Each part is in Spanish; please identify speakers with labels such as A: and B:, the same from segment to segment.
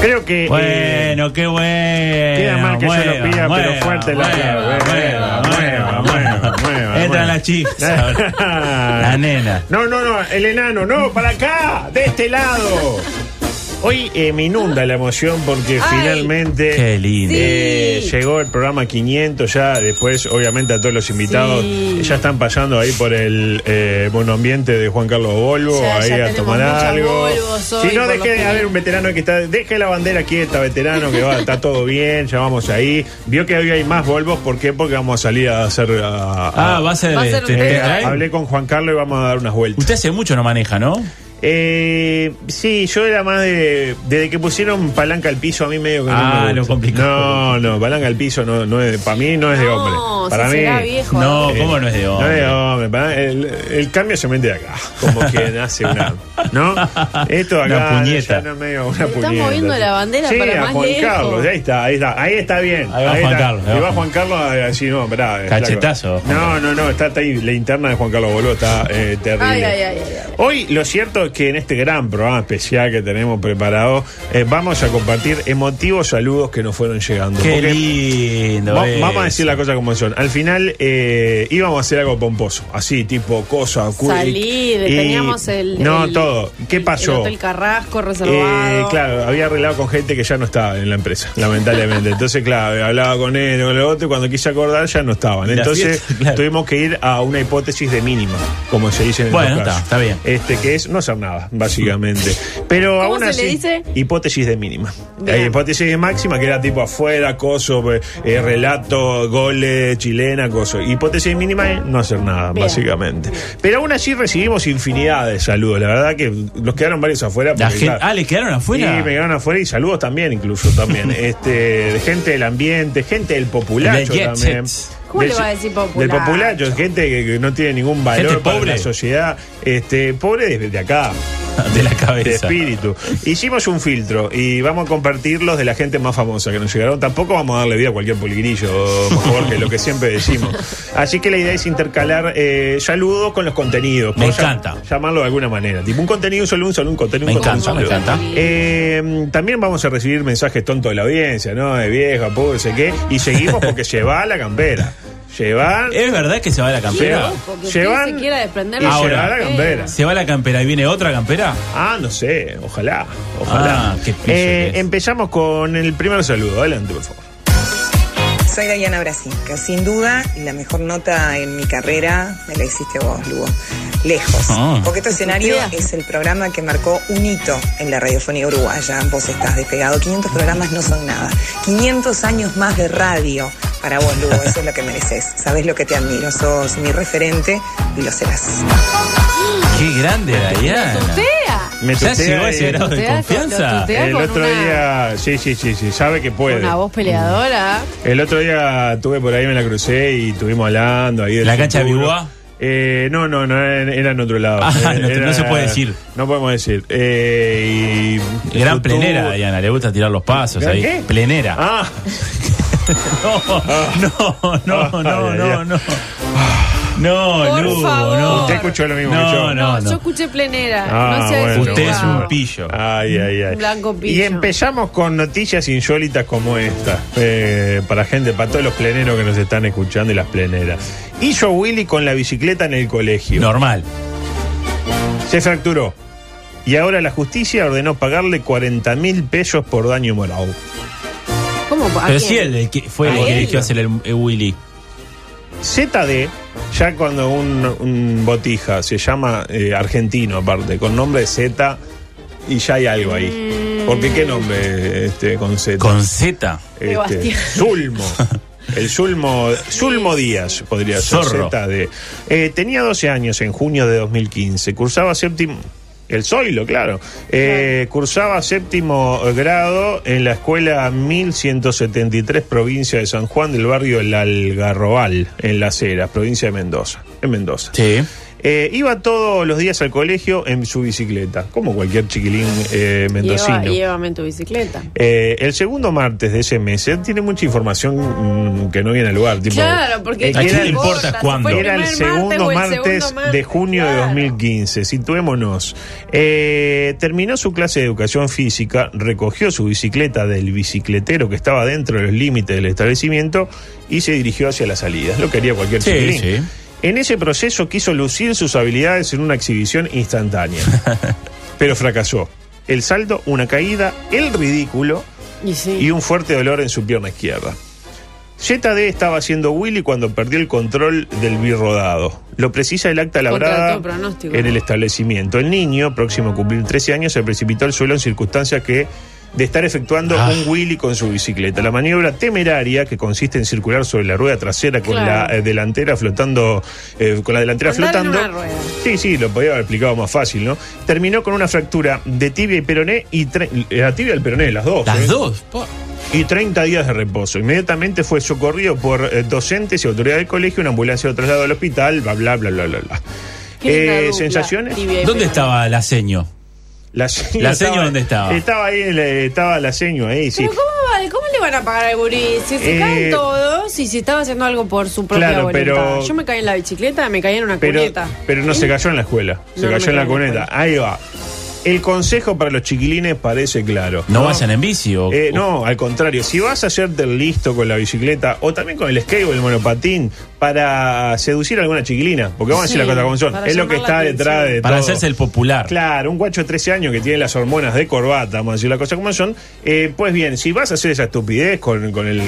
A: Creo que. eh,
B: Bueno, qué bueno.
A: Queda mal que yo lo pida, pero fuerte la
B: mueva,
A: aplauso. Mueva,
B: mueva,
A: mueva,
B: mueva,
A: mueva,
B: mueva. Entran
A: mueva.
B: las chicas. la nena.
A: No, no, no, el enano, no, para acá, de este lado. Hoy eh, me inunda la emoción porque
C: Ay.
A: finalmente.
B: Qué lindo.
C: Sí.
A: eh, llegó el programa 500 ya, después obviamente a todos los invitados
C: Sí.
A: eh, ya están pasando ahí por el eh, buen ambiente de Juan Carlos Volvo,
C: Ya,
A: ahí
C: ya
A: a
C: tenemos
A: tomar
C: muchos
A: algo.
C: Volvos hoy
A: Si no,
C: por los
A: deje, a ver,
C: pibes.
A: un veterano que está, deje la bandera quieta, veterano, que va, está todo bien, ya vamos ahí. Vio que hoy hay más Volvos, ¿por qué? Porque vamos a salir a hacer... a- a-
B: Ah, va a ser.
C: Va a ser
B: este,
C: un-
A: eh,
B: ¿te traen?
A: hablé con Juan Carlos y vamos a dar unas vueltas.
B: Usted hace mucho no maneja, ¿no?
A: Eh, sí, yo era más de. Desde que pusieron palanca al piso, a mí medio que no.
B: Ah,
A: me gusta.
B: lo complicó.
A: No, no, palanca al piso no, no es. Para mí no es de hombre.
C: No,
A: para
C: se
A: mí.
C: será viejo.
B: No,
A: eh,
B: Oh, ¿cómo no es de
A: No es de
B: hombre?
A: hombre. para- el, el cambio se mete de acá. Como quien hace una. ¿No? Esto acá.
B: Una puñeta.
A: ya no es medio una
C: Pero está
A: puñeta.
C: moviendo la bandera
A: sí,
C: para
A: a
C: más
A: Juan
C: lejos.
A: Carlos. Ahí está, ahí está. Ahí está bien.
B: Ahí va Juan
A: está.
B: Carlos, ahí
A: Y
B: va
A: va Juan Carlos a decir, no, pará, eh, flaco.
B: Cachetazo, Juan
A: No, no, no. Está, está ahí. La interna de Juan Carlos Boló está eh, terrible.
C: Ay, ay, ay, ay, ay.
A: Hoy lo cierto es que en este gran programa especial que tenemos preparado eh, vamos a compartir emotivos saludos que nos fueron llegando.
B: Qué
A: Porque
B: lindo.
A: va-
B: es.
A: vamos a decir la cosa como son. Al final eh, íbamos a hacer algo pomposo, así tipo cosa, cu-
C: Salir,
A: y-
C: teníamos el.
A: No,
C: el-
A: todo. ¿Qué
C: el-
A: pasó?
C: El Hotel Carrasco
A: Eh,
C: reservado.
A: claro, había arreglado con gente que ya no estaba en la empresa, lamentablemente. Entonces, claro, hablaba con él, con el otro, y cuando quise acordar ya no estaban.
B: La
A: Entonces,
B: fiesta, claro.
A: tuvimos que ir a una hipótesis de mínima, como se dice en
B: Bueno,
A: estos
B: está,
A: casos.
B: está bien.
A: Este, que es no hacer nada, básicamente. Pero
C: ¿Cómo
A: aún
C: se
A: así,
C: le dice?
A: hipótesis de mínima.
C: Bien.
A: Eh, hipótesis de máxima, que era tipo afuera, acoso, eh, eh, relato, goles, chilena, acoso. Hipótesis de mínima es no hacer nada,
C: Bien.
A: básicamente. Pero aún así recibimos infinidad de saludos. La verdad que los quedaron varios afuera.
B: La
A: porque,
B: gente-
A: claro,
B: ah, ¿le quedaron afuera?
A: Sí, me quedaron afuera y saludos también, incluso también. este, de gente del ambiente, gente del populacho
B: Del jet
A: también.
B: set.
C: ¿Cómo
A: Del-
C: le va a decir populacho?
A: Del populacho, gente que, que no tiene ningún valor
B: Gente
A: para
B: pobre.
A: la sociedad. Este, pobre desde acá.
B: De la
A: De
B: cabeza.
A: espíritu. Hicimos un filtro y vamos a compartir los de la gente más famosa que nos llegaron. Tampoco vamos a darle vida a cualquier pulgrillo, Jorge, lo que siempre decimos. Así que la idea es intercalar eh, saludos con los contenidos.
B: Me
A: Por llam-
B: encanta.
A: Llamarlo de alguna manera. Tipo un contenido, un saludo, un saludo, un contenido,
B: Me
A: un contenido,
B: encanta,
A: un saludo.
B: me encanta.
A: Eh, también vamos a recibir mensajes tontos de la audiencia, ¿no? De vieja, pobre, no sé qué. Y seguimos porque lleva la campera. Llevar.
B: ¿Es verdad que se va la campera?
A: Lleva-
C: loco, que usted
A: llevan-
C: se quiera desprender
A: y
C: de la
A: llevar la
C: campera.
A: campera.
B: ¿Se va la campera y viene otra campera?
A: Ah, no sé, ojalá, ojalá.
B: Ah, qué pillo
A: Eh,
B: que es.
A: empezamos con el primer saludo, adelante, por favor.
D: Soy Dayana Brasinca. Sin duda, la mejor nota en mi carrera me la hiciste vos, Lugo. Lejos.
B: Ah.
D: Coqueto Escenario
C: Mira.
D: es el programa que marcó un hito en la radiofonía uruguaya. Vos estás despegado. 500 programas no son nada. 500 años más de radio para vos, Lugo. Eso es lo que mereces. Sabés lo que te admiro. Sos mi referente y lo serás.
B: Qué grande, Diana.
C: Tutea.
A: Me
B: ¿Ya
A: tutea
B: llegó a ese
A: el-
B: grado de
C: tutea con- lo
B: confianza?
C: tutea.
A: El
C: con
A: otro
C: una-
A: día, sí, sí, sí, sí, sabe que puede.
C: Una voz peleadora.
A: El otro día estuve por ahí, me la crucé y estuvimos hablando ahí. del
B: ¿La cancha de
A: futuro.
B: Biguá?
A: Eh, no, no, no, era en- era en otro lado.
B: Ah,
A: Eh,
B: no te- no se puede decir.
A: No podemos decir. Eh, y-
B: Gran
A: futuro-
B: plenera, Diana. Le gusta tirar los pasos
A: ¿Gran
B: ahí.
A: qué?
B: Plenera.
A: Ah,
B: No, no, no, no,
A: Ay,
B: no,
A: ay,
B: no. No,
C: Por
B: Lugo,
C: favor.
B: no.
A: usted escuchó lo mismo que yo.
B: No, no,
C: No, yo
B: no.
C: escuché plenera.
A: Ah,
C: no sé
A: bueno.
C: decir
B: Usted es
C: guau.
B: un pillo.
A: Ay, ay, ay.
C: Blanco pillo.
A: Y empezamos con noticias insólitas como esta. eh, para gente, para todos los pleneros que nos están escuchando y las pleneras. Hizo Willy con la bicicleta en el colegio.
B: Normal.
A: Se fracturó. Y ahora la justicia ordenó pagarle 40 mil pesos por daño moral.
C: ¿Cómo? ¿A
B: Pero
C: quién?
B: sí, él el que fue
C: ¿A
B: el que
C: él?
B: eligió hacer el, el Willy.
A: ZD, ya cuando un, un botija se llama eh, argentino aparte, con nombre Z, y ya hay algo ahí.
C: Mm.
A: Porque qué nombre este, con Z.
B: Con Z.
A: Este,
C: Sebastián.
A: Zulmo. El Zulmo, Zulmo Díaz, podría ser.
B: Zorro.
A: ZD. Eh, tenía 12 años en junio de 2015. Cursaba séptimo. El Zoilo, claro. Eh, Cursaba séptimo grado en la escuela 1173, provincia de San Juan, del barrio El Algarrobal, en Las Heras, provincia de Mendoza. En Mendoza.
B: Sí.
A: Eh, iba todos los días al colegio en su bicicleta, como cualquier chiquilín eh, mendocino.
C: Lleva, llévame en tu bicicleta.
A: Eh, el segundo martes de ese mes eh, tiene mucha información mm, que no viene al lugar. Tipo,
C: Claro, porque
A: eh,
B: ¿A quién
A: era
B: le
A: el-
B: importa
C: si
B: cuándo?
C: fue
A: era el
C: primer
A: segundo
C: o el
A: martes,
C: segundo martes,
A: de junio de
C: claro.
A: 2015. Situémonos. Eh, terminó su clase de educación física, recogió su bicicleta del bicicletero que estaba dentro de los límites del establecimiento y se dirigió hacia la salida. Lo quería cualquier
B: Sí,
A: chiquilín.
B: sí.
A: En ese proceso quiso lucir sus habilidades en una exhibición instantánea, pero fracasó. El saldo, una caída, el ridículo
C: Y sí.
A: y un fuerte dolor en su pierna izquierda. ZD estaba haciendo Willy cuando perdió el control del birrodado. Lo precisa el acta
C: Contra
A: labrada
C: todo pronóstico.
A: en el establecimiento. El niño, próximo a cumplir 13 años, se precipitó al suelo en circunstancias que de estar efectuando
B: Ah.
A: un Willy con su bicicleta. La maniobra temeraria, que consiste en circular sobre la rueda trasera con
C: Claro.
A: la eh, delantera flotando, eh, con la delantera
C: Andar en
A: flotando.
C: una rueda.
A: Sí, sí, lo podía haber explicado más fácil, ¿no? Terminó con una fractura de tibia y peroné y tre- eh, la tibia y el peroné, las dos. ¿eh?
B: Las dos. po-
A: y 30 días de reposo. Inmediatamente fue socorrido por eh, docentes y autoridades del colegio, una ambulancia lo trasladó al hospital, bla, bla, bla, bla, bla. bla.
C: Qué linda
A: Eh,
C: dupla,
A: ¿Sensaciones?
C: tibia y
B: ¿Dónde
C: pelota.
B: estaba la seño?
A: La señora
B: ¿La seño dónde estaba?
A: Estaba ahí, el, eh, estaba la seño ahí, sí.
C: Pero ¿cómo, va- ¿cómo le van a pagar al gurí? Si se
A: Eh,
C: caen todos y si estaba haciendo algo por su propia
A: Claro,
C: voluntad.
A: pero-
C: Yo me caí en la bicicleta, me caí en una
A: Pero,
C: cuneta.
A: pero no se cayó en la escuela, se
C: ¿Eh? No, no
A: cayó
C: me
A: en la
C: cayó en la
A: cuneta. Ahí va. El consejo para los chiquilines parece claro.
B: No, vayan en bici o.
A: Eh,
B: o-
A: no, al contrario, si vas a hacerte el listo con la bicicleta o también con el skate o el monopatín para seducir a alguna chiquilina, porque vamos a decir
C: Sí,
A: las cosas como son,
C: para
A: es lo que
C: llamar
A: está
C: la
A: detrás de
C: atención.
B: Para
A: todo.
B: hacerse el popular.
A: Claro, un guacho de 13 años que tiene las hormonas de corbata, vamos a decir las cosas como son. eh, pues bien, si vas a hacer esa estupidez con, con el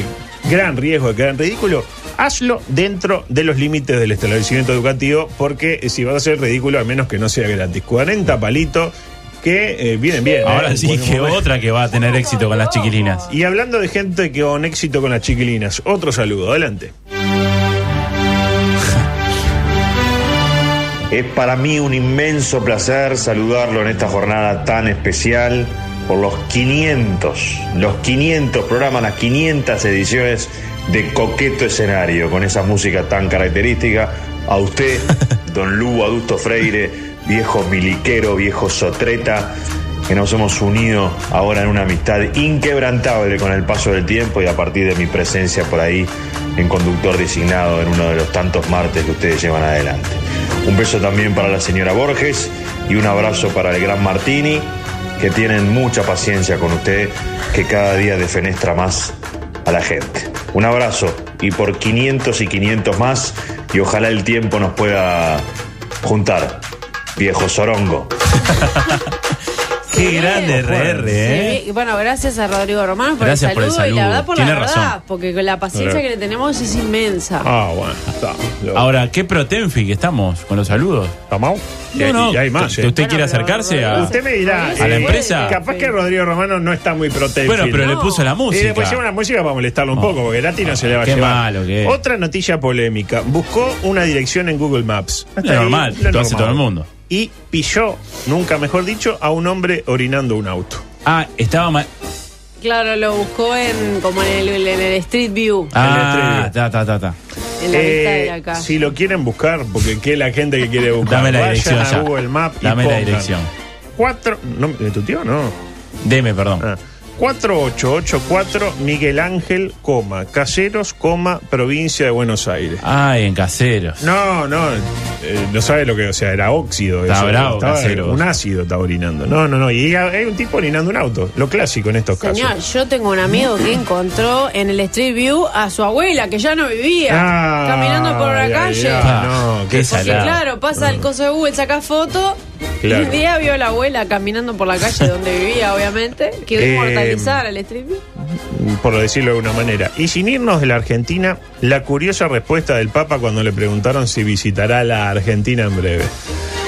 A: gran riesgo de quedar en ridículo, hazlo dentro de los límites del establecimiento educativo, porque eh, si vas a hacer ridículo, a menos que no sea gratis. 40 palitos que eh, vienen bien.
B: Ahora
A: eh,
B: sí
A: buen
B: que
A: momento.
B: otra que va a tener éxito con las chiquilinas.
A: Y hablando de gente que con éxito con las chiquilinas, otro saludo, adelante.
E: Es para mí un inmenso placer saludarlo en esta jornada tan especial por los 500, los 500 programas, las 500 ediciones de Coqueto Escenario, con esa música tan característica. A usted, don Lugo Adusto Freire, viejo miliquero, viejo sotreta, que nos hemos unido ahora en una amistad inquebrantable con el paso del tiempo y a partir de mi presencia por ahí en conductor designado en uno de los tantos martes que ustedes llevan adelante. Un beso también para la señora Borges y un abrazo para el gran Martini, que tienen mucha paciencia con usted, que cada día defenestra más a la gente. Un abrazo y por 500 y 500 más, y ojalá el tiempo nos pueda juntar. Viejo Sorongo.
B: Qué
C: Sí,
B: grande
A: bueno,
B: RR,
C: Sí,
B: ¿eh?
C: y bueno, gracias a Rodrigo Román por,
B: Gracias
C: el,
B: por el
C: saludo, y
B: saludo.
C: la verdad por
B: Tiene
C: la verdad,
B: razón.
C: porque la paciencia
A: Claro.
C: que le tenemos es inmensa.
A: Ah, bueno, está. Lo-
B: Ahora, qué protenfi que estamos con los saludos.
A: ¿Está mal? Y- y hay más,
B: ¿Que
A: eh.
B: ¿Usted
C: Bueno,
B: quiere
C: pero-
B: acercarse a.?
A: Usted me dirá. eh,
B: ¿A la empresa?
A: Capaz que Rodrigo Romano no está muy protegido.
B: Bueno, pero le
C: No.
B: puso la
A: Y
B: música.
A: después lleva una música para molestarlo un
B: Oh.
A: poco, porque Nati no se le va a
B: Qué
A: llevar.
B: malo que es.
A: Otra noticia polémica. Buscó una dirección en Google Maps. Hasta ahí,
B: normal,
A: lo
B: lo hace todo el mundo.
A: Y pilló, nunca mejor dicho, a un hombre orinando un auto.
B: Ah, estaba mal.
C: Claro, lo buscó en como en el, en el Street View,
B: Ah,
A: letrero.
B: ta, ta, ta, ta.
C: en la vista
A: Eh,
C: de acá.
A: si lo quieren buscar, porque qué la gente que quiere buscar.
B: Dame la
A: Vayan
B: dirección
A: a
B: ya.
A: Google Maps y
B: Dame la
A: pongan
B: dirección.
A: Cuatro. No, ¿De tu tío no?
B: Deme, perdón.
A: Ah. 4884 Miguel Ángel, coma, Caseros, coma, provincia de Buenos Aires.
B: Ay, en caseros.
A: Ah. No, no, eh, no sabe lo que, o sea, era óxido.
B: Está
A: eso,
B: bravo,
A: estaba-
B: casero.
A: Un ácido estaba orinando. No, no, no. Y hay un tipo orinando un auto. Lo clásico en estos
C: Señor,
A: casos.
C: yo tengo un amigo que encontró en el Street View a su abuela, que ya no vivía,
A: Ah,
C: caminando por una
A: ay,
C: calle.
A: ay,
B: Ah,
A: no,
B: qué
A: qué
C: Porque
B: salado.
C: claro, pasa el coso de Google, saca foto.
A: Claro.
C: Y un día vio a la abuela caminando por la calle donde vivía, obviamente. Quedó
A: Eh,
C: inmortalizada en el Street View.
A: Por decirlo de una manera. Y sin irnos de la Argentina, la curiosa respuesta del Papa cuando le preguntaron si visitará la Argentina en breve.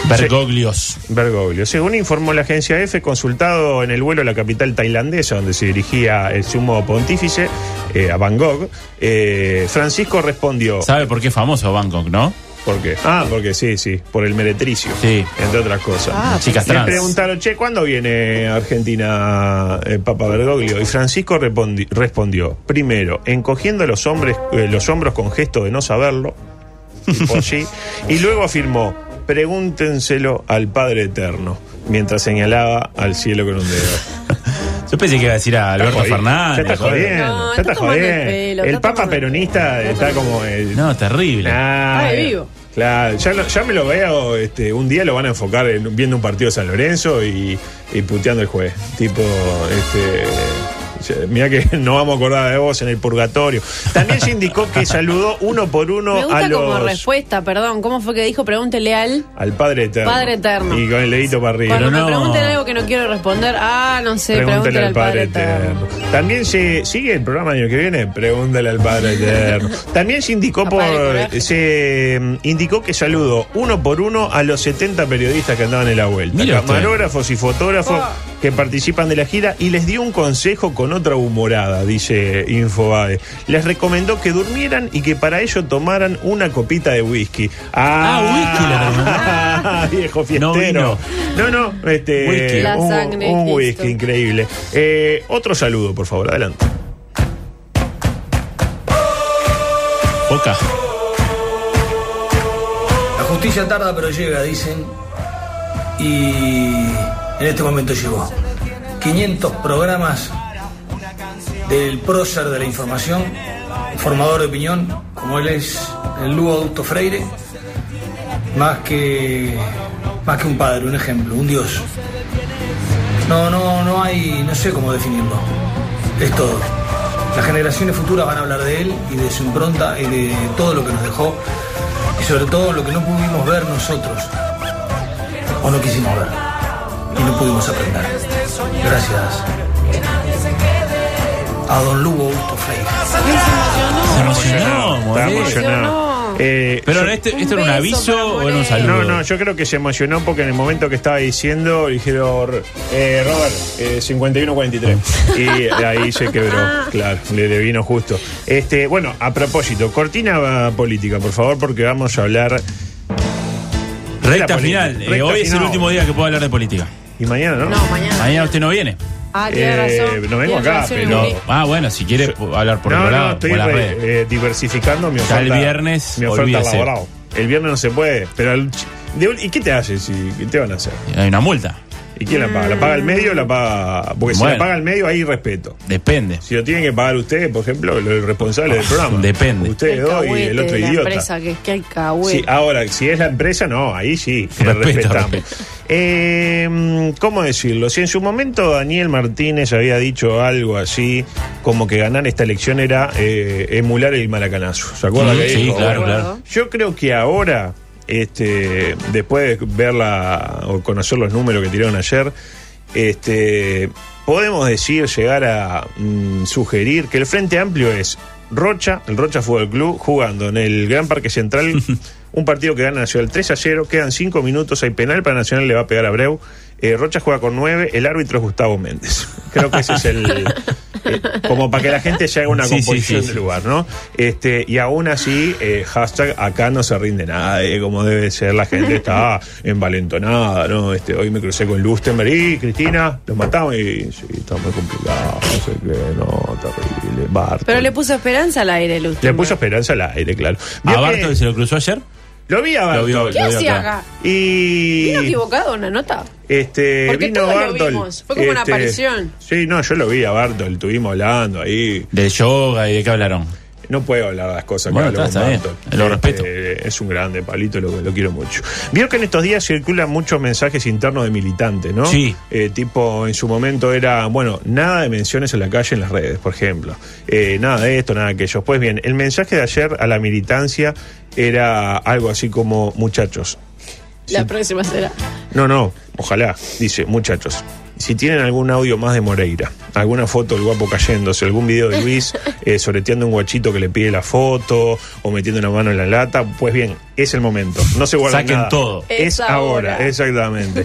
B: Bergoglios.
A: Bergoglio. Según informó la agencia EFE, consultado en el vuelo a la capital tailandesa, donde se dirigía el sumo pontífice, eh, a Bangkok, eh, Francisco respondió.
B: ¿Sabe por qué es famoso Bangkok, no?
A: ¿Por qué? Ah, porque sí, sí, por el meretricio.
B: Sí.
A: Entre otras cosas.
C: Ah,
B: Chicas
A: Le
B: trans.
A: preguntaron, che, ¿cuándo viene a Argentina eh, Papa Bergoglio? Y Francisco respondi- respondió, primero, encogiendo los, hombres, eh, los hombros con gesto de no saberlo, tipo allí, y luego afirmó, pregúntenselo al Padre Eterno, mientras señalaba al cielo con un dedo.
B: Yo pensé que iba a decir a
A: Está
B: Alberto
A: jodido.
B: Fernández.
A: Ya está
B: algo.
A: jodiendo.
C: No,
A: ya
C: está
A: está
C: tomando el
A: jodiendo.
C: pelo,
A: El
C: está
A: Papa
C: tomando el
A: peronista
C: pelo.
A: está como... el-
B: No, terrible.
A: Ah,
C: Está de
A: eh,
C: vivo.
A: Claro, ya, lo- ya me lo veo, este, un día lo van a enfocar en- viendo un partido de San Lorenzo y, y puteando el juez. Tipo, este. Mira que no vamos a acordar de vos en el purgatorio. También se indicó que saludó uno por uno
C: Me
A: a
C: gusta como
A: los.
C: respuesta, perdón. ¿Cómo fue que dijo? Pregúntele al.
A: Al Padre Eterno.
C: Padre Eterno.
A: Y con el dedito para arriba.
C: Cuando
B: no.
C: me pregunten algo que no quiero responder, ah, no sé,
A: Pregúntale al Padre
C: Eterno.
A: Eterno. También se sigue el programa el año que viene. Pregúntale al Padre Eterno. También se indicó por
C: Capaz de coraje.
A: se mm, indicó que saludó uno por uno a los 70 periodistas que andaban en la vuelta,
B: Mira usted.
A: camarógrafos y fotógrafos que participan de la gira y les dio un consejo con otra humorada, dice Infobae. Les recomendó que durmieran y que para ello tomaran una copita de whisky.
B: Ah,
A: whisky viejo
B: No
A: fiestero.
B: vino.
A: No, no, este
B: Whisky.
C: La
A: un,
C: sangre de
A: un
C: Cristo.
A: whisky increíble. Eh, otro saludo, por favor, adelante.
B: Poca.
F: La justicia tarda pero llega, dicen. Y en este momento llegó. 500 programas del prócer de la información, formador de opinión, como él es el Lugo Augusto Freire, más que, más que un padre, un ejemplo, un dios. No, no, no hay, no sé cómo definirlo. Es todo. Las generaciones futuras van a hablar de él y de su impronta y de todo lo que nos dejó y sobre todo lo que no pudimos ver nosotros o no quisimos ver y no pudimos aprender. Gracias a don Lugo Augusto Freire.
B: Se emocionó,
A: Está
B: Morel.
A: emocionado.
C: No.
A: Eh,
B: Pero
A: yo-
B: este,
C: Un
B: esto era un
C: beso eh. para
B: aviso o era un
C: Morel.
B: saludo.
A: No, no, yo creo que se emocionó porque en el momento que estaba diciendo dijeron, eh, Robert, eh, 51-43. Y ahí se quebró, claro, le, le vino justo. Este, bueno, a propósito, cortina eh, política, por favor, porque vamos a hablar.
B: Recta
A: Recta
B: final.
A: política.
B: Eh, hoy es el
A: Recta
B: último
A: final.
B: día que puedo hablar de política.
A: Y mañana, ¿no?
C: No, mañana.
B: Mañana usted no viene.
C: Ah, tiene
A: Eh,
C: razón.
A: no vengo
C: Tiene
A: acá,
C: razón,
A: pero-
C: Emily.
B: Ah, bueno, si quiere pu- hablar por
A: no,
B: otro
A: no,
B: lado,
A: estoy
B: por las
A: re-
B: redes.
A: eh, diversificando mi
B: Ya
A: oferta.
B: el viernes,
A: mi oferta
B: olvídese.
A: laboral. El viernes no se puede, pero. el ch- de un- ¿Y qué te haces? ¿Y qué te van a hacer?
B: Hay una multa.
A: ¿Y quién la paga? ¿La paga el medio o la paga.? Porque si
B: Bueno.
A: la paga el medio, ahí respeto.
B: Depende.
A: Si lo tienen que pagar ustedes, por ejemplo, el responsable del programa.
B: Ah, Depende.
A: Ustedes dos y el otro
C: Alcahuete de La
A: idiota.
C: empresa que, que alcahuete.
A: Sí, ah, ahora, si es la empresa, no, ahí sí, que
B: Respeto,
A: respetamos.
B: respeto.
A: Eh, ¿Cómo decirlo? Si en su momento Daniel Martínez había dicho algo así, como que ganar esta elección era eh, emular el maracanazo. ¿Se acuerda
B: Mm,
A: que
B: sí,
A: dijo?
B: claro,
A: Bueno,
B: claro.
A: Yo creo que ahora, este, después de verla o conocer los números que tiraron ayer, este, podemos decir, llegar a mm, sugerir que el Frente Amplio es Rocha, el Rocha Fútbol Club, jugando en el Gran Parque Central, un partido que gana Nacional 3 a 0, quedan 5 minutos, hay penal para Nacional, le va a pegar a Breu. eh, Rocha juega con 9, el árbitro es Gustavo Méndez. Creo que ese es el... eh, como para que la gente se haga una
B: Sí, sí,
A: composición
B: sí,
A: del
B: sí.
A: lugar, ¿no? Este, y aún así, eh, hashtag acá no se rinde nadie, como debe ser, la gente está envalentonada, ¿no? Este, hoy me crucé con Lustenberg y Cristina, los matamos y sí, está muy complicado, no sé qué, no, terrible, Barto.
C: Pero le puso esperanza al aire, Luz.
A: Le puso esperanza al aire, claro. Vio
B: ¿A
A: que-
B: Barto que se lo cruzó ayer?
A: Lo vi a Barto.
B: Lo vio,
C: ¿Qué
B: lo vio
C: hacía
B: acá.
C: acá?
A: Y.
C: ¿Vino equivocado una nota?
A: Este,
C: Porque
A: vino
C: todos lo
A: Bartol.
C: vimos, fue como una
A: Este,
C: aparición.
A: Sí, no, yo lo vi a Bartol, estuvimos hablando ahí.
B: Del yoga y de qué hablaron.
A: No puedo hablar de las cosas
B: Bueno,
A: que hablo
B: está,
A: con
B: está
A: Bartol.
B: bien. Lo respeto.
A: Es un grande, Pablito, lo, lo quiero mucho. Vio que en estos días circulan muchos mensajes internos de militantes, ¿no?
B: Sí.
A: Eh, tipo, en su momento era, bueno, nada de menciones en la calle en las redes, por ejemplo. Eh, nada de esto, nada de aquello. Pues bien, el mensaje de ayer a la militancia era algo así como, muchachos,
C: La próxima será.
A: no, no, ojalá. Dice, muchachos, si tienen algún audio más de Moreira, alguna foto del guapo cayéndose, algún video de Luis eh, soreteando un guachito que le pide la foto o metiendo una mano en la lata, pues bien, es el momento. No se guarden
B: Saquen
A: nada.
B: todo.
A: Es,
C: Es
A: ahora.
C: ahora.
A: exactamente.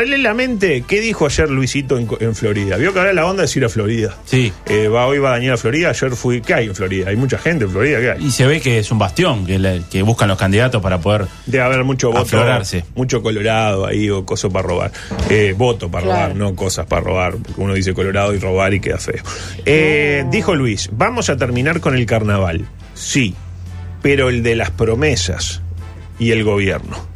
A: Paralelamente, ¿qué dijo ayer Luisito en, en Florida? Vio que ahora la onda es ir a Florida.
B: Sí.
A: Eh, va, hoy va Daniel a Florida, ayer fui. ¿Qué hay en Florida? Hay mucha gente en Florida, ¿qué hay?
B: Y se ve que es un bastión que, la- que buscan los candidatos para poder.
A: Debe haber mucho voto.
B: Aflorarse.
A: Mucho colorado ahí o coso para robar. Eh, voto para
C: Claro.
A: robar, no cosas para robar. Porque uno dice colorado y robar y queda feo. Eh, Dijo Luis, vamos a terminar con el carnaval. Sí, pero el de las promesas y el gobierno.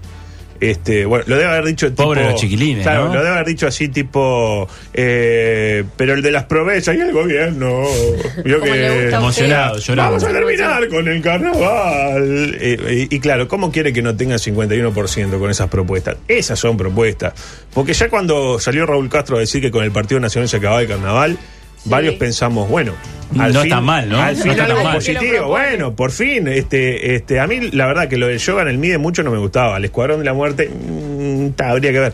A: Este, bueno, lo debe haber dicho tipo,
B: Pobre los chiquilines,
A: Claro,
B: ¿no?
A: lo debe haber dicho así tipo, eh, pero el de las promesas y el gobierno. Vio
C: Como le gusta a usted.
B: Emocionado, llorando.
A: Vamos a terminar con el carnaval. Eh, eh, y claro, ¿cómo quiere que no tenga 51% con esas propuestas? Esas son propuestas. Porque ya cuando salió Raúl Castro a decir que con el Partido Nacional se acababa el carnaval, varios pensamos, bueno.
B: No está mal, ¿no?
A: Al
B: No
A: fin
B: está
A: algo
B: tan mal.
C: Que
A: positivo.
C: lo propone.
A: Bueno, por fin. Este, este, a mí, la verdad, que lo del yoga en el MIDE mucho no me gustaba. El Escuadrón de la Muerte, mm, ta, habría que ver.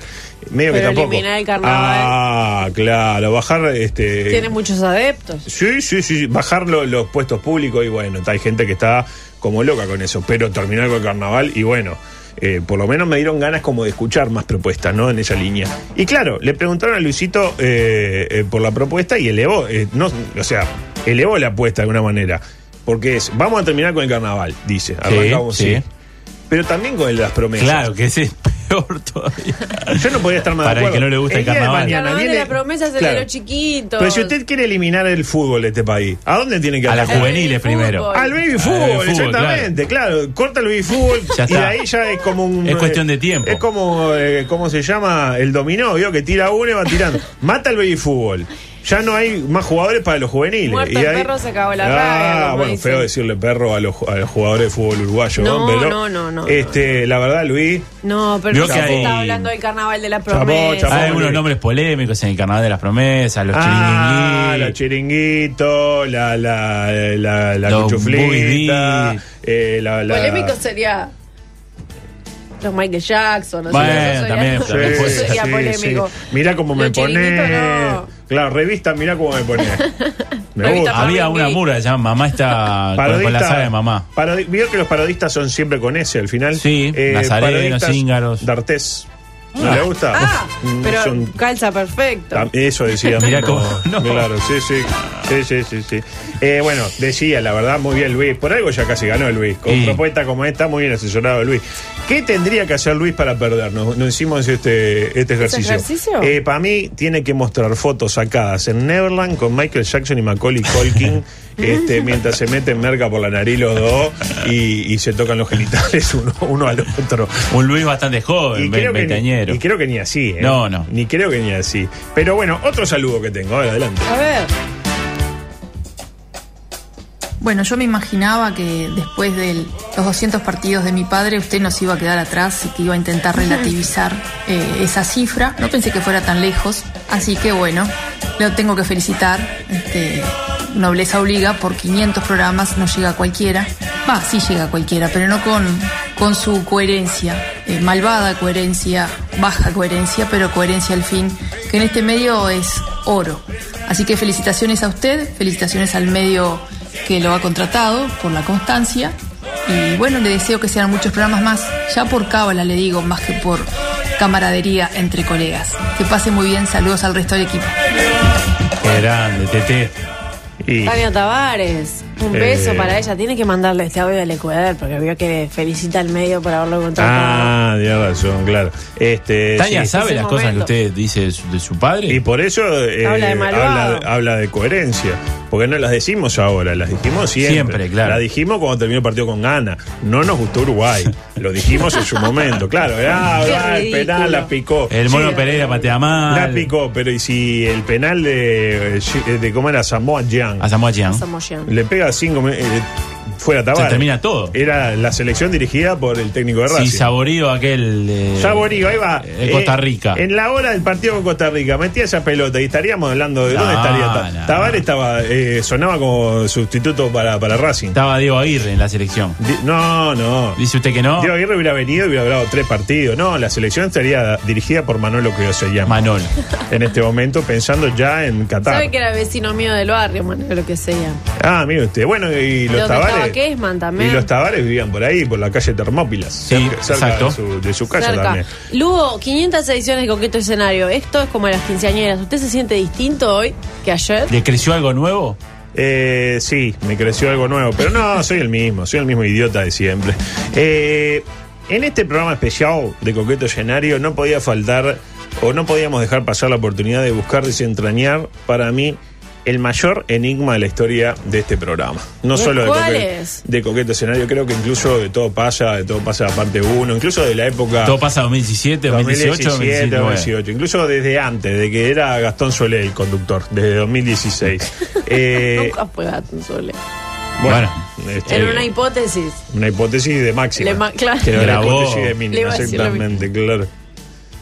A: Medio que
C: Pero
A: tampoco.
C: eliminar el carnaval.
A: Ah, claro. Bajar este,
C: Tiene muchos adeptos.
A: Sí, sí, sí, bajar lo- los puestos públicos y bueno, hay gente que está como loca con eso, pero terminar con el carnaval y bueno, eh, por lo menos me dieron ganas como de escuchar más propuestas, ¿no? En esa línea. Y claro, le preguntaron a Luisito eh, eh, por la propuesta y elevó, eh, no, o sea, elevó la apuesta de alguna manera, porque es, vamos a terminar con el carnaval, dice, arrancamos, sí.
B: sí.
A: Pero también con las promesas.
B: Claro, que ese es peor todavía.
A: Yo no podía estar más de
B: Para el
A: acuerdo.
B: que no le gusta el
A: día de
B: carnaval.
A: mañana
C: Carnaval de
A: viene-
C: la promesa es el
A: Claro.
C: de los chiquitos.
A: Pero si usted quiere eliminar el fútbol de este país, ¿a dónde tiene que
B: A la
A: atacar?
B: juveniles primero.
C: fútbol.
A: Al baby
B: Al
A: fútbol,
B: baby fútbol,
A: exactamente, claro. Corta el baby fútbol
B: Ya
A: y de
B: está.
A: ahí ya es como un.
B: Es cuestión
A: eh,
B: de tiempo.
A: Es como, eh, ¿cómo se llama? El dominó, ¿vio? Que tira uno y va tirando. Mata el baby fútbol. Ya no hay más jugadores para los juveniles.
C: Muerto
A: y
C: el
A: ahí-
C: perro, se acabó la
A: ah,
C: raya, como
A: bueno,
C: dicen.
A: feo decirle perro a los, a los jugadores de fútbol uruguayo,
C: No,
A: hombre,
C: no, no, no,
A: Este, la verdad, Luis.
C: No, pero
B: Vio
C: no
B: que
C: se
B: hay-
C: está hablando del carnaval de la
A: Chapó,
C: promesa.
A: chapó.
B: Hay algunos nombres polémicos en el carnaval de las promesas, los
A: Ah, la
B: chiringuí.
A: chiringuito, la la la la
B: Los
A: cuchuflita,
B: Buidí.
A: eh, la, la-
C: Polémico sería los Michael Jackson. No
B: Bueno,
C: sé, eso sería-
B: también,
A: Sí,
B: también
C: eso
B: puede ser.
C: sería
A: sí,
C: polémico.
A: sí. Mirá cómo me
C: Los
A: pone.
C: chiringuitos no.
A: Claro, revista, mirá cómo me pone. Me
C: Revista
A: gusta.
C: Pablo.
B: Había una mura que se llama Mamá está con, con la saga de mamá.
A: parodi- Vio que los parodistas son siempre con ese al final. Eh,
B: Sí, Nazareno,
A: parodistas,
B: Zíngaros.
A: D'Artés. ¿No
B: Ah.
A: le gusta?
C: Ah,
A: Mm,
C: pero
A: son-
C: calza perfecto.
A: Tam- Eso decía.
B: Mirá
A: no,
B: cómo- no.
A: Claro, sí, sí. Sí, sí, sí, sí. Eh, bueno, decía, la verdad, muy bien Luis. Por algo ya casi ganó Luis. Con
B: Sí.
A: propuesta como esta, muy bien asesorado Luis. ¿Qué tendría que hacer Luis para perdernos? Nos hicimos este, este ejercicio.
C: ejercicio?
A: para mí, tiene que mostrar fotos sacadas en Neverland con Michael Jackson y Macaulay Culkin. Este, mientras se meten merca por la nariz los dos y, y se tocan los genitales uno, uno al otro
B: Un Luis bastante joven, ve-
A: creo que ni-
B: veinteañero.
A: y creo que ni así, ¿eh?
B: No, no.
A: Ni creo que ni así. Pero bueno, otro saludo que tengo. A ver, adelante.
C: A ver.
G: Bueno, yo me imaginaba que después de los 200 partidos de mi padre usted nos iba a quedar atrás y que iba a intentar relativizar eh, esa cifra. No pensé que fuera tan lejos, así que bueno, lo tengo que felicitar. Este, nobleza obliga, por 500 programas no llega cualquiera. Va, sí llega cualquiera, pero no con, con su coherencia, eh, malvada coherencia, baja coherencia, pero coherencia al fin, que en este medio es oro. Así que felicitaciones a usted, felicitaciones al medio que lo ha contratado por la constancia. Y bueno, le deseo que sean muchos programas más, ya por cábala le digo, más que por camaradería entre colegas. Que pase muy bien, saludos al resto del equipo.
B: Qué grande, Tete.
A: Y
C: Tania Tavares, un
A: Eh.
C: beso para ella. Tiene que mandarle este audio al Ecuador porque vio que felicita al medio por haberlo contratado.
A: Ah, de razón, claro. Este,
B: Tania
A: sí.
B: sabe
C: Ese
B: las cosas que
C: momento.
B: usted dice de su, de su padre.
A: Y por eso eh,
C: Habla de malvado.
A: habla, de- habla de coherencia. Porque no las decimos ahora, las dijimos siempre.
B: Siempre, claro.
A: Las dijimos cuando terminó el partido con Gana. No nos gustó Uruguay. Lo dijimos en su momento, claro. Ah,
C: Qué
A: ah, el penal
C: ridículo.
A: la picó.
B: el mono Pereira patea mal.
A: La picó, pero ¿y si el penal de, de cómo era Samoa Young?
B: A Samoa Jean.
C: Samoyán.
A: Le pega cinco. me- eh, fuera Tabar.
B: Se termina todo.
A: Era la selección dirigida por el técnico de Racing.
B: Sí, saborío aquel. eh,
A: Saborío, ahí va.
B: eh, Costa Rica.
A: en la hora del partido con Costa Rica, metía esa pelota y estaríamos hablando de dónde
B: No,
A: estaría. Ta-
B: no.
A: Tabar estaba, eh, sonaba como sustituto para, para Racing.
B: Estaba Diego Aguirre en la selección.
A: Di- no, no.
B: Dice usted que no.
A: Diego Aguirre hubiera venido y hubiera hablado tres partidos. No, la selección estaría dirigida por Manolo Criollellán.
B: Manolo.
A: En este momento, pensando ya en Qatar.
C: Sabe que era vecino mío del barrio, Manolo, lo que sea.
A: Ah, mire usted. Bueno, y los
C: Donde
A: tabares.
C: estaba Kesman también.
A: Y los tabares vivían por ahí, por la calle Termópilas. cerca cerca
B: exacto.
A: De, su, de su casa
C: Cerca.
A: también.
C: Lugo, 500 ediciones de Coqueto Escenario. Esto es como a las quinceañeras. ¿Usted se siente distinto hoy que ayer?
B: ¿Le creció algo nuevo?
A: Eh, sí, me creció algo nuevo. Pero no, soy el mismo, soy el mismo idiota de siempre. Eh, en este programa especial de Coqueto Llenario no podía faltar o no podíamos dejar pasar la oportunidad de buscar desentrañar para mí el mayor enigma de la historia de este programa. No
C: ¿De
A: solo de,
C: cuál
A: coque-
C: es?
A: de Coqueto Escenario, creo que incluso de todo pasa, de todo pasa parte 1, incluso de la época...
B: Todo pasa 2017, 2018,
A: 2017,
B: 2019.
A: 2018, incluso desde antes, de que era Gastón Solé el conductor, desde 2016. Eh,
C: Nunca fue Gato Sole.
A: bueno, este,
C: Era una hipótesis.
A: una hipótesis de máxima.
C: Le ma- claro.
A: Que era la
B: Grabó.
A: hipótesis de
C: Le
A: mínima,
C: iba a decir lo
A: exactamente, claro.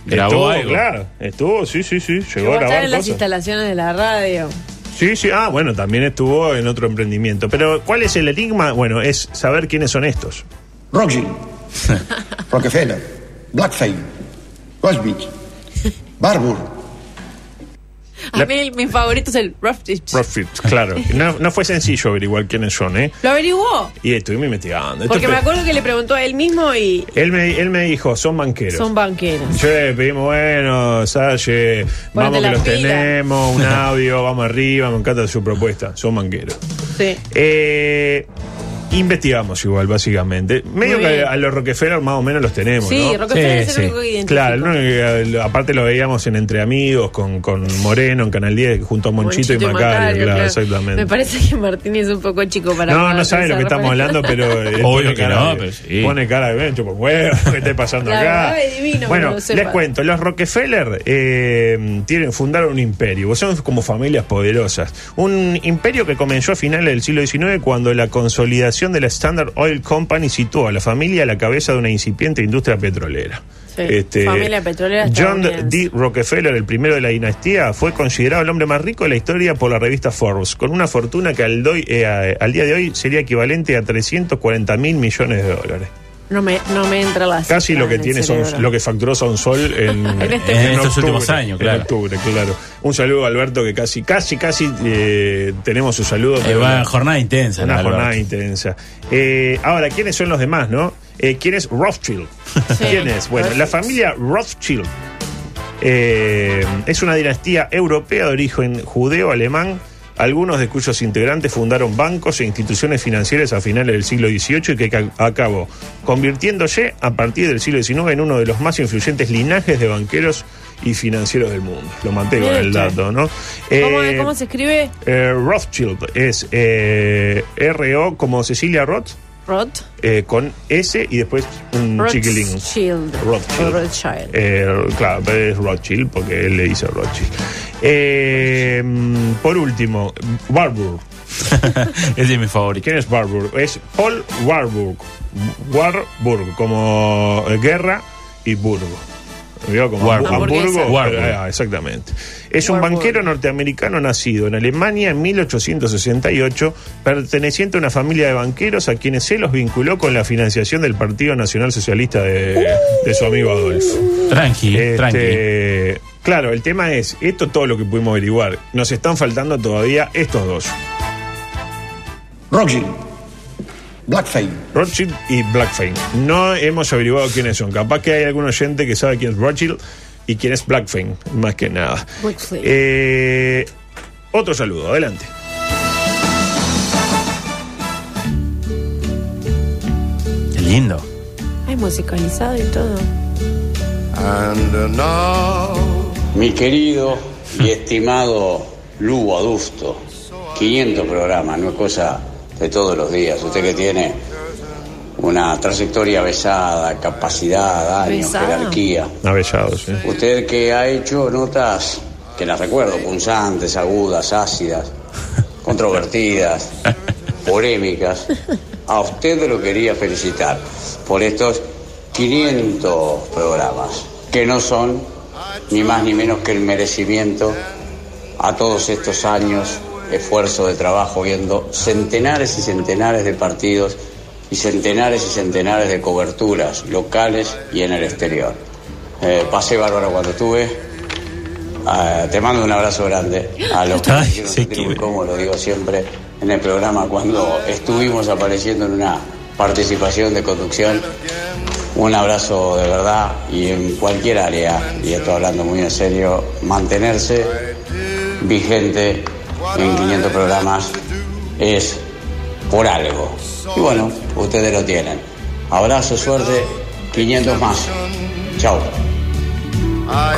B: Grabó
A: estuvo,
B: algo.
A: claro, estuvo, sí, sí, sí, llegó
C: Llegó
A: a
C: a estar
A: grabar
C: en las
A: cosas.
C: instalaciones de la radio.
A: Sí, sí, ah, bueno, también estuvo en otro emprendimiento. Pero, ¿cuál es el enigma? Bueno, es saber quiénes son estos.
H: Roxy, Rockefeller, Blackfein, Cosmic, Barbour.
C: A
A: La-
C: mí el- mi favorito es el Rough Ditch.
A: Profit, claro. No, no fue sencillo averiguar quiénes son, ¿eh?
C: Lo averiguó.
A: Y estuvimos investigando. Esto
C: Porque me
A: te-
C: acuerdo que le preguntó a él mismo y
A: Él me, él me dijo, son banqueros.
C: son banqueros.
A: Yo le pedimos, bueno, Salle, vamos que
C: las
A: los
C: pilas.
A: tenemos, un audio, vamos arriba, me encanta su propuesta, son banqueros.
C: Sí.
A: Eh, investigamos igual, básicamente. Medio
C: Muy
A: que
C: bien.
A: a los Rockefeller más o menos los tenemos,
C: Sí,
A: ¿no?
C: Rockefeller
B: Sí,
C: es el
B: sí.
C: único que identifica.
A: Claro, el único que, eh, aparte lo veíamos en Entre Amigos, con, con Moreno, en Canal 10, junto a Monchito, y Macario, claro, exactamente.
C: Me parece que Martín es un poco chico para.
A: No, no sabe lo que
C: hacer
A: estamos
C: referencia.
A: hablando, pero. eh,
B: Obvio
A: pone
B: que
A: cara
B: no,
A: de-
B: pero sí.
A: Pone cara de "Ven, chupa un huevo, ¿qué está pasando
C: La
A: acá?
C: verdad es divino que
A: bueno,
C: no lo
A: les
C: sepa.
A: cuento, los Rockefeller eh, tienen, fundaron un imperio, son como familias poderosas. Un imperio que comenzó a finales del siglo XIX cuando la consolidación de la Standard Oil Company situó a la familia a la cabeza de una incipiente industria petrolera.
C: Sí, familia petrolera
A: Este, John D.
C: estadounidense.
A: Rockefeller, el primero de la dinastía, fue considerado el hombre más rico de la historia por la revista Forbes, con una fortuna que al, doy- eh, a- al día de hoy sería equivalente a 340 mil millones de dólares.
C: No me, no me entra la.
A: Casi
C: cifra
A: lo que
C: Ah, en el
A: tiene son,
C: cerebro.
A: lo que facturó Son Sol en,
C: En este-
B: En estos últimos años,
A: en
B: claro.
A: octubre, claro. Un saludo a Alberto que casi, casi, casi eh, tenemos su saludo.
B: Eh,
A: pero
B: va,
A: no.
B: jornada intensa.
A: Una
B: la verdad.
A: jornada intensa. Eh, ahora, ¿quiénes son los demás, no? Eh, ¿Quién es Rothschild?
C: Sí.
A: ¿Quién es? Bueno, la familia Rothschild eh, es una dinastía europea de origen judeo-alemán, algunos de cuyos integrantes fundaron bancos e instituciones financieras a finales del siglo XVIII y que ca- acabó convirtiéndose a partir del siglo XIX en uno de los más influyentes linajes de banqueros y financieros del mundo. Lo maté con
C: Mira
A: el
C: usted.
A: dato, ¿no?
C: ¿Cómo,
A: Eh,
C: ¿Cómo se escribe?
A: eh, Rothschild es eh, R-O como Cecilia Roth,
C: Roth.
A: eh, con S y después un chiquilín.
C: Rothschild.
A: Rothschild.
C: Rothschild.
A: Eh, claro, pero es Rothschild porque él le dice Rothschild. Eh, mm, por último, Warburg.
B: Ese es mi favorito.
A: ¿Quién es Warburg? Es Paul Warburg. Warburg, como eh, guerra y burgo. ¿Vio? Como
B: Warburg.
A: Hamburgo,
C: Hamburguesa.
A: pero,
B: Warburg.
A: ah, exactamente. Es un
C: Warburg.
A: banquero norteamericano nacido en Alemania en 1868, perteneciente a una familia de banqueros a quienes se los vinculó con la financiación del Partido Nacional Socialista de, de su amigo Adolfo.
B: Tranqui, tranqui.
A: Este, Claro, el tema es, esto es todo lo que pudimos averiguar. Nos están faltando todavía estos dos.
H: Roxy, Blackfein,
A: Rothschild y Blackfein. No hemos averiguado quiénes son. Capaz que hay algún oyente que sabe quién es Rothschild y quién es Blackfein, más que nada.
C: Blackfein.
A: Eh, otro saludo, adelante.
B: Qué lindo.
C: Ay, musicalizado y todo.
I: Mi querido y estimado Lugo Adusto, 500 programas, no es cosa de todos los días. Usted que tiene una trayectoria besada, capacidad, años,
C: Besada.
I: jerarquía.
A: Avellados. ¿eh?
I: Usted que ha hecho notas que las recuerdo, punzantes, agudas, ácidas, controvertidas, polémicas, a usted lo quería felicitar por estos 500 programas, que no son ni más ni menos que el merecimiento a todos estos años, esfuerzo de trabajo, viendo centenares y centenares de partidos y centenares y centenares de coberturas locales y en el exterior. Eh, pasé bárbaro cuando estuve. Ah, te mando un abrazo grande a los que
B: Ay,
I: me hicieron
B: sí,
I: sentir
B: qué
I: muy cómodo, lo digo siempre en el programa, cuando estuvimos apareciendo en una participación de conducción. Un abrazo de verdad y en cualquier área, y estoy hablando muy en serio, mantenerse vigente en 500 programas es por algo. Y bueno, ustedes lo tienen. Abrazo, suerte, 500 más. Chao.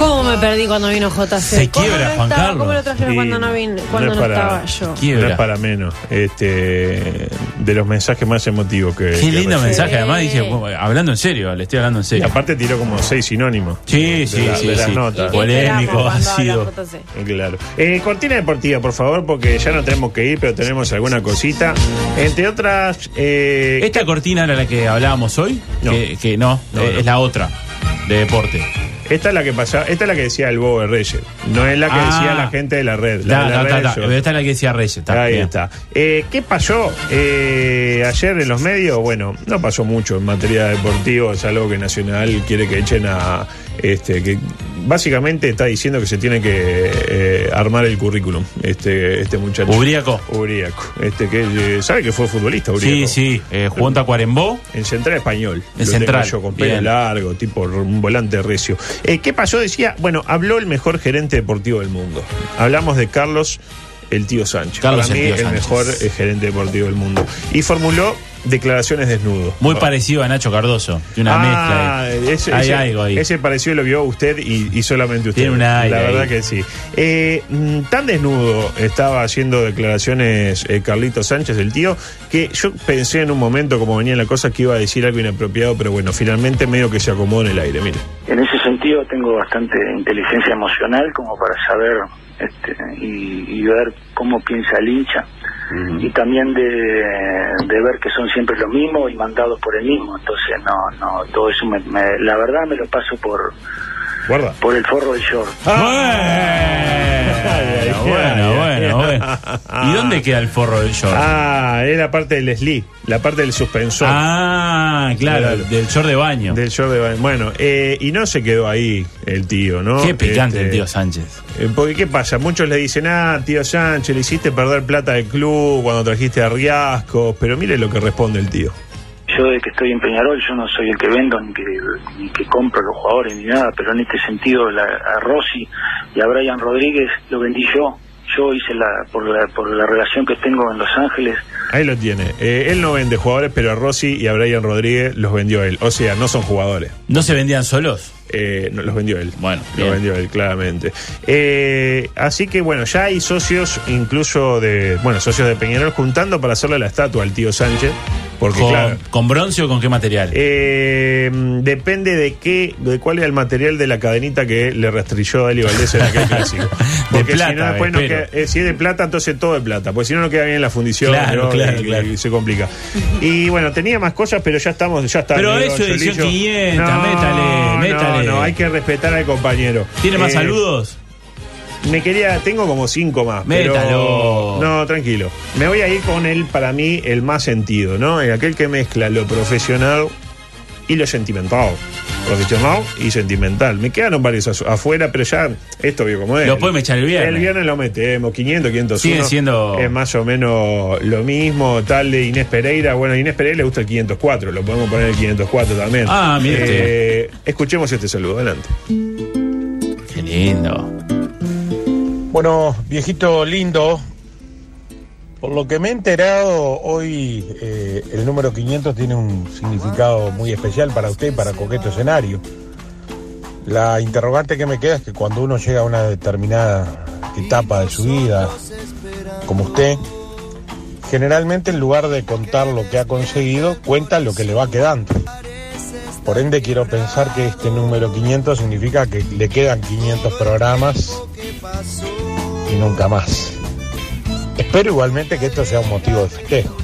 C: ¿Cómo me perdí cuando vino JC?
B: Se
C: ¿Cómo
B: quiebra,
C: no
B: Juan
C: estaba?
B: Carlos.
C: ¿Cómo lo trajeron
A: Y
C: cuando no, vin- cuando
A: es
C: no
A: para-
C: estaba yo?
B: Quiebra.
A: No es para menos. Este, de los mensajes más emotivos que.
B: Qué
A: que
B: lindo
A: recibí.
B: mensaje, además
C: Sí.
B: dije, bueno, hablando en serio, le estoy hablando en
A: Y
B: serio.
A: aparte tiró como seis sinónimos.
B: Sí,
A: de
B: sí,
A: la-
B: sí,
A: de las
B: sí.
A: notas.
C: ¿Qué esperamos
B: Polémico,
C: cuando habla
B: ácido.
C: JC?
A: Claro. Eh, cortina deportiva, por favor, porque ya no tenemos que ir, pero tenemos alguna cosita. Entre otras. eh,
B: ¿Esta cortina era la que hablábamos hoy?
A: No.
B: Que, que no,
A: No,
B: eh,
A: no.
B: es la otra, de deporte.
A: Esta es la que pasaba, esta es la que decía el Bobo de Reyes, no es la que
B: Ah.
A: decía la gente de la red. La,
B: Ta,
A: de la
B: ta,
A: red
B: ta, ta.
A: yo.
B: Pero Esta es la que decía Reyes. ta,
A: Ahí
B: bien.
A: está. Eh, ¿Qué pasó eh, ayer en los medios? Bueno, no pasó mucho en materia deportiva, es algo que Nacional quiere que echen a... Este, que básicamente está diciendo que se tiene que eh, armar el currículum, este, este muchacho.
B: Ubriaco.
A: Ubriaco. Este que, eh, ¿Sabe que fue futbolista Ubriaco?
B: Sí, sí, eh, jugó en Tacuarembó.
A: En Central Español.
B: En
A: Lo tengo
B: Central,
A: yo, con pelo
B: bien.
A: largo, tipo r- un volante recio. Eh, ¿Qué pasó? Decía, bueno, habló el mejor gerente deportivo del mundo. Hablamos de Carlos el Tío Sánchez.
B: Carlos
A: Para
B: el
A: mí,
B: Tío
A: el
B: Sánchez.
A: mejor eh, gerente deportivo del mundo. Y formuló declaraciones desnudo.
B: Muy
A: Ah.
B: parecido a Nacho Cardoso. Tiene una
A: Ah,
B: mezcla. ahí.
A: ese-
B: Hay
A: ese-
B: algo ahí.
A: Ese parecido lo vio usted y, y solamente usted.
B: Tiene un aire
A: La verdad
B: ahí.
A: que sí. Eh, mm, tan desnudo estaba haciendo declaraciones eh, Carlito Sánchez, el tío, que yo pensé en un momento, como venía la cosa, que iba a decir algo inapropiado, pero bueno, finalmente medio que se acomodó en el aire, mire.
J: En ese sentido tengo bastante inteligencia emocional como para saber este, y, y ver cómo piensa el hincha y también de, de ver que son siempre los mismos y mandados por el mismo. Entonces, no, no, todo eso, me- me- la verdad me lo paso por,
A: Guarda.
J: por el forro del short.
A: Ah.
B: Bueno, bueno, bueno, bueno. ¿Y dónde queda el forro del short?
A: Ah, es la parte del Slee, la parte del suspensor.
B: Ah, claro,
A: Claro.
B: del short de baño.
A: Del short de baño. Bueno, eh, y no se quedó ahí el tío, ¿no?
B: Qué picante
A: Este,
B: el tío Sánchez.
A: Eh, Porque, ¿qué pasa? Muchos le dicen, ah, tío Sánchez, le hiciste perder plata al club cuando trajiste a Riascos. Pero mire lo que responde el tío.
J: Yo de que estoy en Peñarol, yo no soy el que vendo ni que, ni que compro los jugadores ni nada, pero en este sentido la- a Rossi y a Brian Rodríguez lo vendí yo. Yo hice la por, la por la relación que tengo en Los Ángeles,
A: Ahí lo tiene. Eh, él no vende jugadores, pero a Rossi y a Brian Rodríguez los vendió él. O sea, no son jugadores.
B: ¿No se vendían solos?
A: Eh, no, los vendió él.
B: Bueno,
A: los
B: bien.
A: vendió él, claramente. Eh, así que bueno, ya hay socios, incluso de, bueno, socios de Peñarol, juntando para hacerle la estatua al tío Sánchez. Porque,
B: ¿Con,
A: claro,
B: con bronce o con qué material?
A: Eh, depende de qué, de cuál era el material de la cadenita que le rastrilló Dali Valdés en aquel clásico. Porque
B: De
A: si no
B: plata,
A: después no queda,
B: espero.
A: eh, si es de plata, entonces todo de plata, porque si no no queda bien la fundición
B: Claro,
A: ¿no?
B: claro,
A: y, y
B: claro.
A: se complica. Y bueno, tenía más cosas, pero ya estamos, ya está.
B: Pero
A: Negro,
B: eso edición
A: Cholillo.
B: 500, métale, métale.
A: No, no, hay que respetar al compañero.
B: ¿Tiene más
A: Eh,
B: saludos?
A: me quería, tengo como cinco más. pero-
B: Métalo.
A: no, tranquilo. Me voy a ir con el, para mí, el más sentido, ¿no? El aquel que mezcla lo profesional y lo sentimental. Profesional y sentimental. Me quedaron varios asu- afuera, pero ya esto vio como es.
B: Lo podemos echar el viernes.
A: El viernes lo metemos, 500, 500.
B: Sigue siendo-
A: Es más o menos lo mismo, tal de Inés Pereira. Bueno, a Inés Pereira le gusta el 504, lo podemos poner el 504 también.
B: Ah, mire
A: Eh, Escuchemos este saludo, adelante.
B: Qué lindo.
K: Bueno, viejito lindo, por lo que me he enterado, hoy eh, el número 500 tiene un significado muy especial para usted, y para Coqueto Escenario. La interrogante que me queda es que cuando uno llega a una determinada etapa de su vida, como usted, generalmente en lugar de contar lo que ha conseguido, cuenta lo que le va quedando. Por ende quiero pensar que este número 500 significa que le quedan 500 programas y nunca más. Espero igualmente que esto sea un motivo de festejo.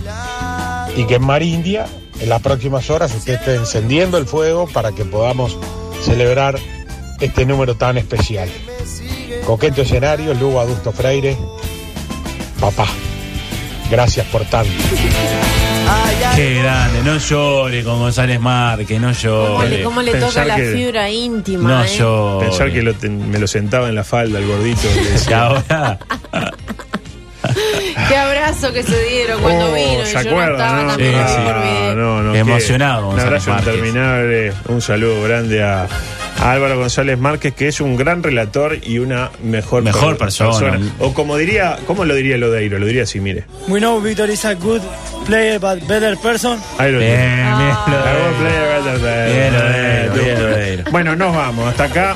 K: y que en Marindia en las próximas horas usted esté encendiendo el fuego para que podamos celebrar este número tan especial. Coqueto escenario, Lugo Adusto Freire, papá, gracias por tanto.
B: Qué grande, no llore con González Márquez, no llore.
C: ¿Cómo le, cómo le
A: Pensar
C: toca la
A: que-
C: fibra íntima?
B: No
C: eh?
B: llore.
A: Pensar que lo ten- me lo sentaba en la falda el gordito. le
B: Y
A: decía,
B: ahora,
C: Qué abrazo que se dieron cuando
A: Oh,
C: vino. y
A: ¿Se
C: yo no
A: acuerdan?
C: estaba
A: no? Ah,
C: tan
B: Sí,
C: feliz
B: sí.
C: por mi-
A: no, no,
B: Emocionado,
A: qué- Un
B: González
A: abrazo
B: Márquez.
A: interminable. Un saludo grande a, a Álvaro González Márquez, que es un gran relator y una mejor,
B: Mejor
A: per-
B: persona.
A: O como diría, ¿cómo lo diría Lodeiro? Lo diría así, mire.
L: We know Victor is a good player, but better person.
A: Ahí lo tiene.
C: Ah.
B: bien, bien,
A: I will play a better day.
B: Bien, Lodeiro, bien, Lodeiro.
A: Bueno, nos vamos. Hasta acá.